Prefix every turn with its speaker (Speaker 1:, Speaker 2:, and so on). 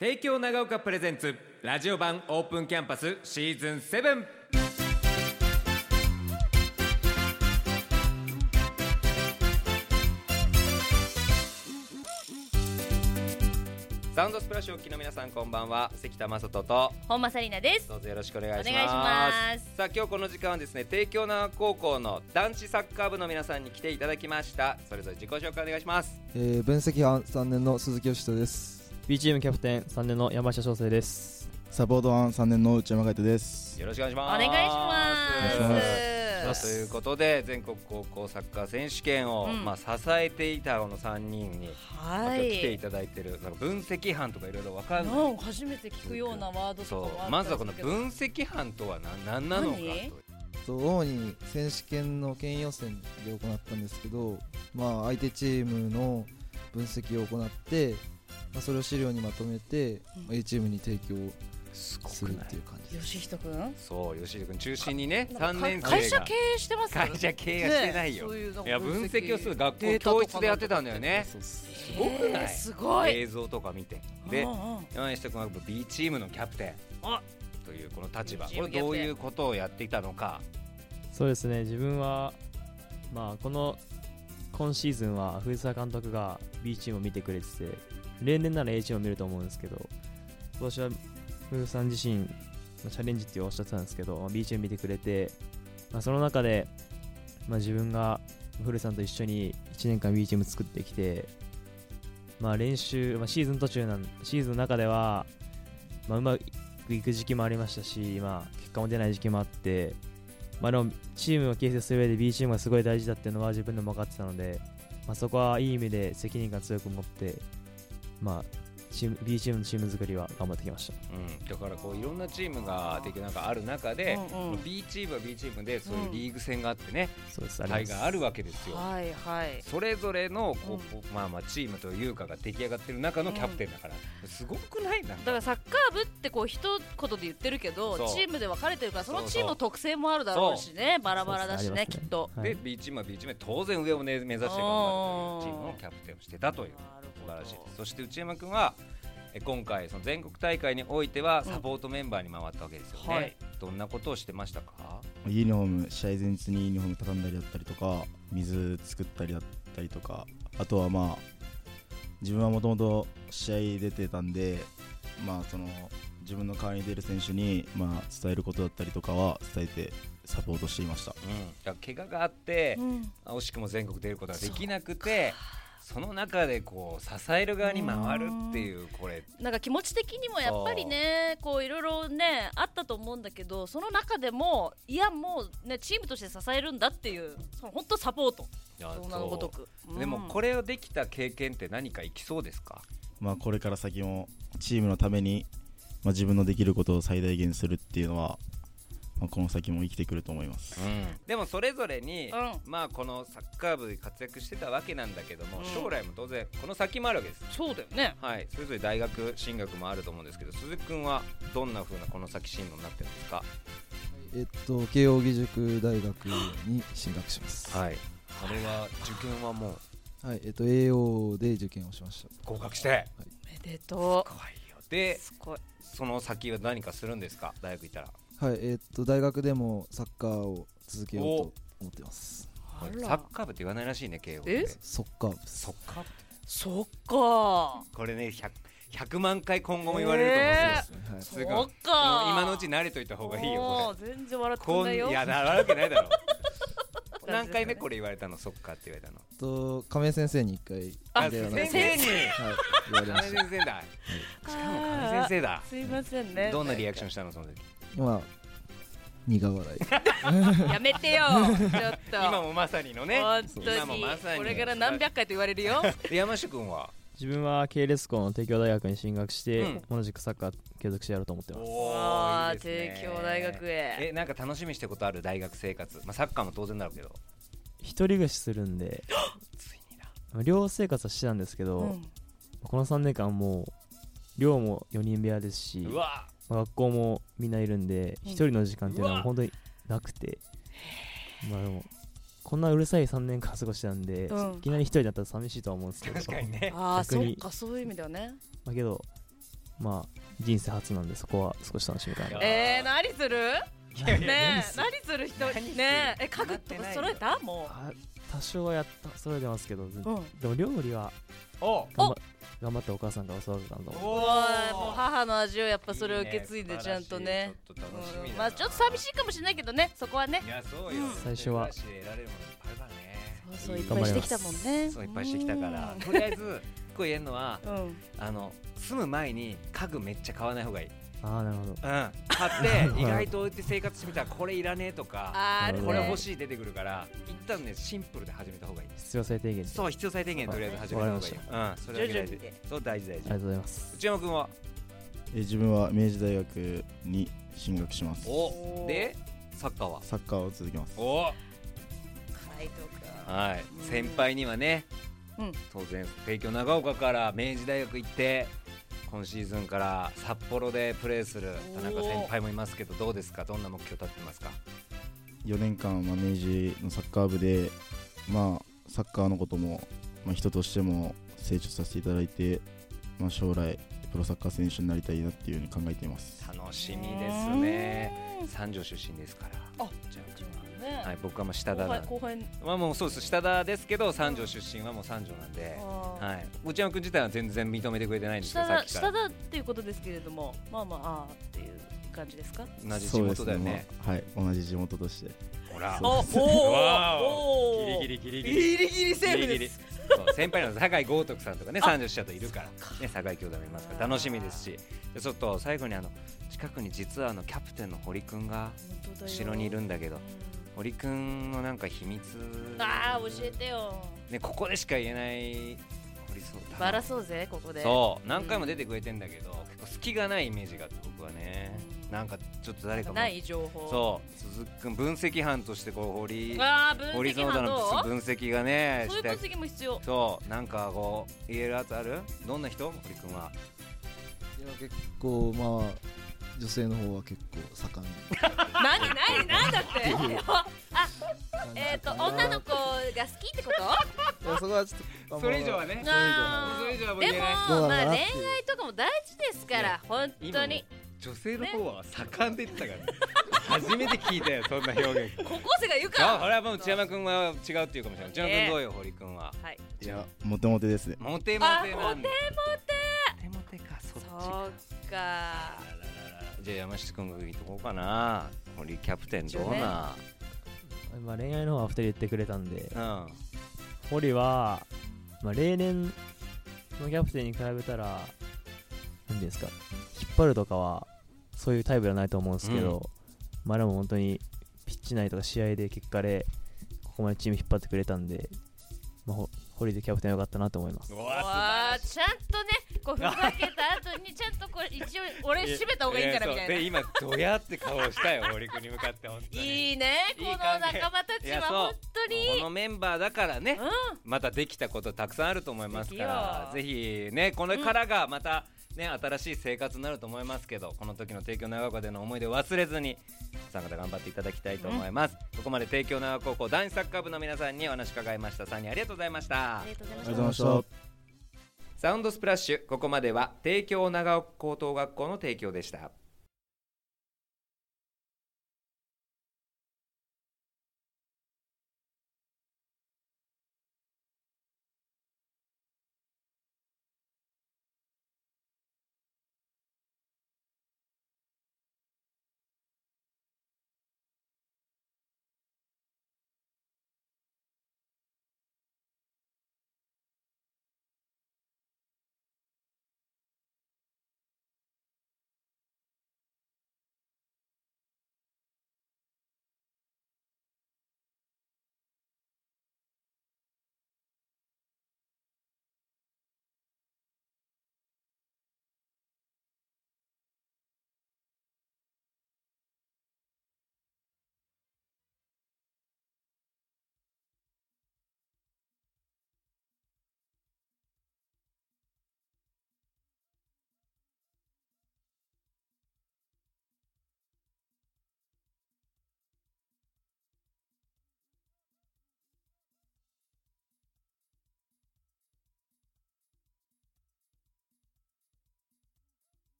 Speaker 1: 帝京長岡プレゼンツラジオ版オープンキャンパスシーズン7サウンドスプラッシュをお聞きの皆さんこんばんは関田雅人と
Speaker 2: 本間紗理奈です
Speaker 1: どうぞよろしくお願いします
Speaker 2: お願いします
Speaker 1: さあ今日この時間はですね帝京長岡高校の男子サッカー部の皆さんに来ていただきましたそれぞれ自己紹介お願いします
Speaker 3: えー、分析班3年の鈴木義人です
Speaker 4: B チームキャプテン3年の山下翔生です
Speaker 5: サポート班3年の内山海人です
Speaker 1: よろしくお願いし
Speaker 2: お
Speaker 1: ます
Speaker 2: 願いし
Speaker 5: お願
Speaker 2: ま
Speaker 5: いし
Speaker 1: さあ
Speaker 2: す
Speaker 1: ということで全国高校サッカー選手権を、
Speaker 2: うん
Speaker 1: まあ、支えていたこの3人に、ま
Speaker 2: は
Speaker 1: あ今日来てい
Speaker 2: い
Speaker 1: ただいてるなんか分析班とかいろいろ分か
Speaker 2: なん
Speaker 1: ない
Speaker 2: んか初めて聞くようなワードとか
Speaker 1: そ
Speaker 2: も
Speaker 1: う
Speaker 2: あ
Speaker 1: ま
Speaker 2: っ
Speaker 1: ず
Speaker 2: た
Speaker 1: は
Speaker 2: ん
Speaker 1: この
Speaker 2: ですけど
Speaker 1: 分析班とは何何なのかと
Speaker 2: 何
Speaker 3: と主に選手権の県予選で行ったんですけど、まあ、相手チームの分析を行って、まあ、それを資料にまとめて、まあ A チームに提供
Speaker 1: す
Speaker 3: するっていう感じです
Speaker 2: 吉人くん
Speaker 1: そう吉井君中心にね
Speaker 2: なんか
Speaker 1: 3年生が
Speaker 2: 会社経営してます
Speaker 1: 会社経営はしてないよ、
Speaker 2: ねそううなん
Speaker 1: い
Speaker 2: か
Speaker 1: や分析をする学
Speaker 2: デ
Speaker 1: 校
Speaker 2: ータ
Speaker 1: 教
Speaker 2: とか
Speaker 1: 室でやってたんだよね
Speaker 2: す
Speaker 1: ごくない
Speaker 2: すごい
Speaker 1: 映像とか見てで
Speaker 2: うんうん
Speaker 1: 山下君は B チームのキャプテンというこの立場
Speaker 2: B チ
Speaker 1: こ
Speaker 2: ー
Speaker 1: れ
Speaker 2: ムキャプテン
Speaker 1: どういうことをやっていたのか
Speaker 4: そうですね自分はまあこの今シーズンは藤沢監督が B チームを見てくれてて例年なら A チームを見ると思うんですけど今年は藤沢さん自身、まあチャレンジっておっしゃってたんですけど、まあ B チーム見てくれて、まあ、その中で、まあ、自分が古さんと一緒に1年間 B チーム作ってきて、まあ、練習、まあ、シーズン途中なんシーズンの中では、まあ、うまくいく時期もありましたし、まあ、結果も出ない時期もあって、まあ、でもチームを形成する上で B チームがすごい大事だっていうのは自分でも分かってたので、まあ、そこはいい意味で責任感強く持って、まあ、チーム B チームのチーム作りは頑張ってきました。
Speaker 1: うん、だからこういろんなチームができる中ある中で、
Speaker 2: うんうん
Speaker 1: B チームは B チームでそういうリーグ戦があってね、
Speaker 4: そうです。あり
Speaker 1: 大
Speaker 4: ます
Speaker 1: があるわけですよ。
Speaker 2: はいはい
Speaker 1: それぞれのこう、
Speaker 2: う
Speaker 1: まあまあチームというかが出来上がってる中のキャプテンだから、すごくないなん
Speaker 2: だ
Speaker 1: か
Speaker 2: からサッカー部ってこう一言で言ってるけど
Speaker 1: そう
Speaker 2: チームで分かれてるからその
Speaker 1: そうそう
Speaker 2: チームの特性もあるだろうしねバラバラだし
Speaker 4: そう
Speaker 2: ね
Speaker 4: です
Speaker 2: きっと。
Speaker 4: あり
Speaker 1: で
Speaker 4: ますね
Speaker 1: B チームは B チームで当然上を、ね、目指して頑張るというチームのキャプテンをしてたという素晴らしいですそして内山君はえ今回その全国大会においてはサポートメンバーに回ったわけですよね、
Speaker 2: うんはい
Speaker 1: どんなことをしてましたか
Speaker 5: ユニフォーム試合前日にユニフォーム畳んだりだったりとか水作ったりだったりとかあとはまあ自分はもともと試合出てたんでまあその自分の代わりに出る選手にまあ伝えることだったりとかは伝えてサポートしていました
Speaker 1: うん、だから怪我があって、
Speaker 2: はいうん
Speaker 1: あ惜しくも全国出ることができなくてその中でこう支える側に回るっていうこれ
Speaker 2: なんか気持ち的にもやっぱりねこういろいろねあったと思うんだけどその中でもいやもうねチームとして支えるんだっていうその本当サポートその名のごとく
Speaker 1: でもこ
Speaker 2: れ
Speaker 1: れをできた経験って何かいきそうですか、
Speaker 5: まあこれから先もチームのためにまあ自分のできることを最大限するっていうのはまあこの先も生きてくると思います
Speaker 1: でもそれぞれに、
Speaker 2: う
Speaker 1: まあこのサッカー部で活躍してたわけなんだけども、
Speaker 2: うん
Speaker 1: 将来も当然この先もあるわけです
Speaker 2: そうだよね
Speaker 1: はいそれぞれ大学進学もあると思うんですけど鈴木君はどんな風なこの先進路になってるんですか
Speaker 3: えっと慶應義塾大学に進学しますはい、
Speaker 1: いこれは受験はもう
Speaker 3: えっと栄養で受験をしました
Speaker 1: 合格して
Speaker 2: おめでと
Speaker 1: 怖いよ
Speaker 2: う
Speaker 1: です
Speaker 2: ごい
Speaker 1: その先は何かするんですか大学行ったら
Speaker 3: はいえっと大学でもサッカーを続けよう
Speaker 1: お
Speaker 3: と思ってます
Speaker 2: あ
Speaker 1: サ
Speaker 2: ら
Speaker 1: ッカー部って言わないらしいね慶応
Speaker 2: え
Speaker 3: サッカー部です
Speaker 1: そっか
Speaker 2: そっか
Speaker 1: これね 100, 100万回今後も言われると思うんですよ
Speaker 2: えー
Speaker 3: はい
Speaker 1: す
Speaker 2: そ
Speaker 1: ごい
Speaker 2: っ
Speaker 1: もう
Speaker 2: か
Speaker 1: 今のうち慣れといた方がいいよ
Speaker 2: も
Speaker 1: こ
Speaker 2: う全然笑
Speaker 1: れ
Speaker 2: って
Speaker 1: こん
Speaker 2: ない
Speaker 1: い
Speaker 2: よ
Speaker 1: やなるわけ ないだろ
Speaker 2: 感
Speaker 1: 何
Speaker 2: じですかね
Speaker 1: 回目これ言われたのそっかって言われたの
Speaker 3: えっと亀井先生に一回
Speaker 1: あ
Speaker 3: ではな
Speaker 1: 先
Speaker 3: く
Speaker 1: 生に
Speaker 3: はい言われま
Speaker 1: 亀
Speaker 3: し
Speaker 1: 井
Speaker 3: た
Speaker 1: 先生だしかも亀井先生だ
Speaker 2: あーすいませんね
Speaker 1: どんなリアクションしたのその時
Speaker 3: 今苦笑い
Speaker 2: やめてよちょっと
Speaker 1: 今もまさにのね
Speaker 2: 本当
Speaker 1: 今も
Speaker 2: に
Speaker 1: まさに
Speaker 2: これから何百回と言われ るよ
Speaker 1: で山下君は
Speaker 4: 自分は系列校の帝京大学に進学して、
Speaker 1: うん
Speaker 4: 同じくサッカー継続してやろうと思ってます
Speaker 2: わ
Speaker 1: お
Speaker 2: あ帝京大学へ
Speaker 1: えなんか楽しみにしてることある大学生活まあサッカーも当然だろうけど
Speaker 4: 一人暮らしするんで
Speaker 1: ついにだ
Speaker 4: 寮生活はしてたんですけど、
Speaker 2: うん
Speaker 4: この3年間もう寮も4人部屋ですし
Speaker 1: うわ
Speaker 4: まあ学校もみんないるんで
Speaker 2: うん
Speaker 4: 一人の時間っていうの
Speaker 1: う
Speaker 4: は
Speaker 1: わ
Speaker 4: 本当になくて、まあでもこんなうるさい3年間過ごしてたんで、
Speaker 2: うん
Speaker 4: いきなり一人だったら寂しいとは思うんですけど
Speaker 1: 確かにね
Speaker 2: ああそ
Speaker 4: 逆
Speaker 2: っ
Speaker 4: に
Speaker 2: かそういう意味だよね
Speaker 4: まあけどまあ人生初なんでそこは少し楽しみたいな
Speaker 1: や
Speaker 2: えー、何する
Speaker 1: いやいや
Speaker 2: ねえ
Speaker 4: 何
Speaker 2: 何する人にねえ家具とか揃えたも
Speaker 4: あ多少はやった揃えてますけど、ず
Speaker 2: う、うん、お
Speaker 4: でも料理は
Speaker 1: お
Speaker 4: 頑張頑張ってお母さんから教わってたんだ
Speaker 1: お
Speaker 4: もん
Speaker 2: ーいもう
Speaker 1: ー
Speaker 2: 母の味をやっぱそれを受け継いでちゃんとね
Speaker 1: いい素晴らしいちょっと楽しみだな、
Speaker 2: うんまあちょっと寂しいかもしれないけどねそこはね
Speaker 1: いやそうよ、
Speaker 2: うん
Speaker 4: 最初は
Speaker 1: 手放しで得られるものいっぱいあるからね
Speaker 2: そうそういっぱいしてきたもんね
Speaker 1: そういっぱいしてきたからとりあえずこう言えるのは
Speaker 2: うんうん
Speaker 1: あの住む前に家具めっちゃ買わない方がいい、うん、
Speaker 4: ああなるほど
Speaker 1: 買って意外と置いて生活してみたらこれいらねえとか
Speaker 2: ある
Speaker 4: ー
Speaker 1: これ欲
Speaker 2: い
Speaker 1: しい出てくるから一旦ねシンプルで始めた方がいい
Speaker 4: 必要最低限で
Speaker 1: そう必要最低限とりあえず始めた方がいい、うん、それだけ大事
Speaker 2: 徐々にね
Speaker 1: そう大事大
Speaker 4: あり
Speaker 1: 事
Speaker 4: がとうございます
Speaker 1: 内山君は
Speaker 5: え自分は明治大学に進学します
Speaker 1: おでサッカーは
Speaker 5: サッカーを続けます
Speaker 1: お
Speaker 2: はいとか
Speaker 1: はい
Speaker 2: うん
Speaker 1: 先輩にはね、
Speaker 2: うん
Speaker 1: 当然帝京長岡から明治大学行って今シーズンから札幌でプレーする田中先輩もいますけどどうですかどんな目標立ってますか
Speaker 5: 4年間、まあ、明治のサッカー部で、まあ、サッカーのことも、まあ、人としても成長させていただいて、まあ、将来プロサッカー選手になりたいなっていうふうに考えています
Speaker 1: 楽しみですね三条出身ですから
Speaker 2: あ
Speaker 1: じゃあ
Speaker 2: 自分ね
Speaker 1: はい、僕はもう下
Speaker 2: 後
Speaker 1: 田な
Speaker 2: 輩
Speaker 1: んで
Speaker 2: 後輩
Speaker 1: まあもうそうです下田ですけど三条出身はもう三条なんで、
Speaker 2: あー
Speaker 1: はい、内山君自体は全然認めてくれてないんですけど
Speaker 2: 下
Speaker 1: さ
Speaker 2: だ
Speaker 1: っきから
Speaker 2: 下だっていうことですけれどもまあまあああっていう感じですか
Speaker 1: 同じ地元だよね
Speaker 5: そうですまあはい同じ地元として
Speaker 1: ほら
Speaker 2: おお
Speaker 1: わ
Speaker 2: お
Speaker 1: ギリギリギリギリ
Speaker 2: ギリギリセーフです
Speaker 1: そう先輩の酒井豪徳さんとかね三十社といるから、ね、酒井兄弟もいますから楽しみですしでちょっと最後にあの近くに実はあのキャプテンの堀くんが
Speaker 2: 本当だよ
Speaker 1: 後ろにいるんだけ
Speaker 2: う
Speaker 1: ど
Speaker 2: ん
Speaker 1: 堀くんのなんか秘密
Speaker 2: ああ教えてよ
Speaker 1: ね、ここでしか言えない堀そうだな
Speaker 2: バラそうぜここで
Speaker 1: そう何回も出てくれてんだけど、結構隙がないイメージがあって僕はね
Speaker 2: うん
Speaker 1: なんかちょっと誰かも
Speaker 2: ない情報
Speaker 1: そう鈴木くん分析班としてこう堀
Speaker 2: ああ分
Speaker 1: 堀
Speaker 2: 析
Speaker 1: 園田
Speaker 2: 波
Speaker 1: の
Speaker 2: 動
Speaker 1: 分析がね
Speaker 2: そういう分析も必要
Speaker 1: そう、なんかこう、言えるやつあるどんな人堀君は。
Speaker 3: いや結構まあ女性の方は結構盛んな
Speaker 2: 何何何 だってあ
Speaker 3: 感じ
Speaker 2: えっと
Speaker 3: かな
Speaker 2: 女の子が好きってこと
Speaker 3: いやそこはちょっとあんま
Speaker 1: それ以上はね
Speaker 3: それ以上は
Speaker 1: それ以上はもう
Speaker 2: で
Speaker 1: 言え
Speaker 2: も
Speaker 1: ない
Speaker 3: どう
Speaker 2: ま
Speaker 3: な
Speaker 2: あ
Speaker 3: の
Speaker 2: 恋
Speaker 3: かなっ
Speaker 2: 愛
Speaker 3: ていう
Speaker 2: とかも大事ですか
Speaker 1: いや
Speaker 2: ら本当に
Speaker 1: 女性の方は盛んで言ったから、初めて聞いたよ、そんな表現。
Speaker 2: 高校生が言う
Speaker 1: あ、
Speaker 2: か
Speaker 1: それはもう内山君は違うっていうかもしれない。内山
Speaker 2: ね
Speaker 1: 君どうよ、堀君は。
Speaker 2: はい
Speaker 5: いやモテモテですね
Speaker 1: モテモ
Speaker 2: あ
Speaker 1: テ
Speaker 2: モ
Speaker 1: な
Speaker 2: テモ
Speaker 1: ん
Speaker 2: テ
Speaker 1: だ。モテモテか、そっちか。
Speaker 2: そう
Speaker 1: あ
Speaker 2: か
Speaker 1: ららららじゃあ山下君がいいとこうかな。堀キャプテンどうな。
Speaker 4: まあ、恋愛の方は2人言ってくれたんで
Speaker 1: うん。
Speaker 4: 堀は、まあ、例年のキャプテンに比べたら何ですか引っ張るとかはそういうタイプではないと思うんですけど、まあでも本当にピッチ内とか試合で結果でここまでチーム引っ張ってくれたんで、まあ、ほ堀でキャプテンは良かったなと思います
Speaker 1: う
Speaker 2: わあちゃんとねこうふざけた後にちゃんとこれ一応俺閉めた方がいいんかなみたいな
Speaker 1: で、今、ドヤって顔をしたよ、堀君に向かって、本当に。
Speaker 2: いいねこの仲間たちは本当
Speaker 1: こ
Speaker 2: に
Speaker 1: のメンバーだからね、
Speaker 2: う
Speaker 1: またできたことたくさんあると思いますから
Speaker 2: で
Speaker 1: ぜひねこれからがまた、ね、新しい生活になると思いますけどこの時の帝京長岡での思い出を忘れずにお三方頑張っていただきたいと思います、ここまで帝京長岡高校男子サッカー部の皆さんにお話伺いました3人ありがとうございました
Speaker 2: ありがとうございま
Speaker 5: あ
Speaker 2: した
Speaker 5: りがとうございました
Speaker 1: サウンドスプラッシュここまでは帝京長岡高等学校の提供でした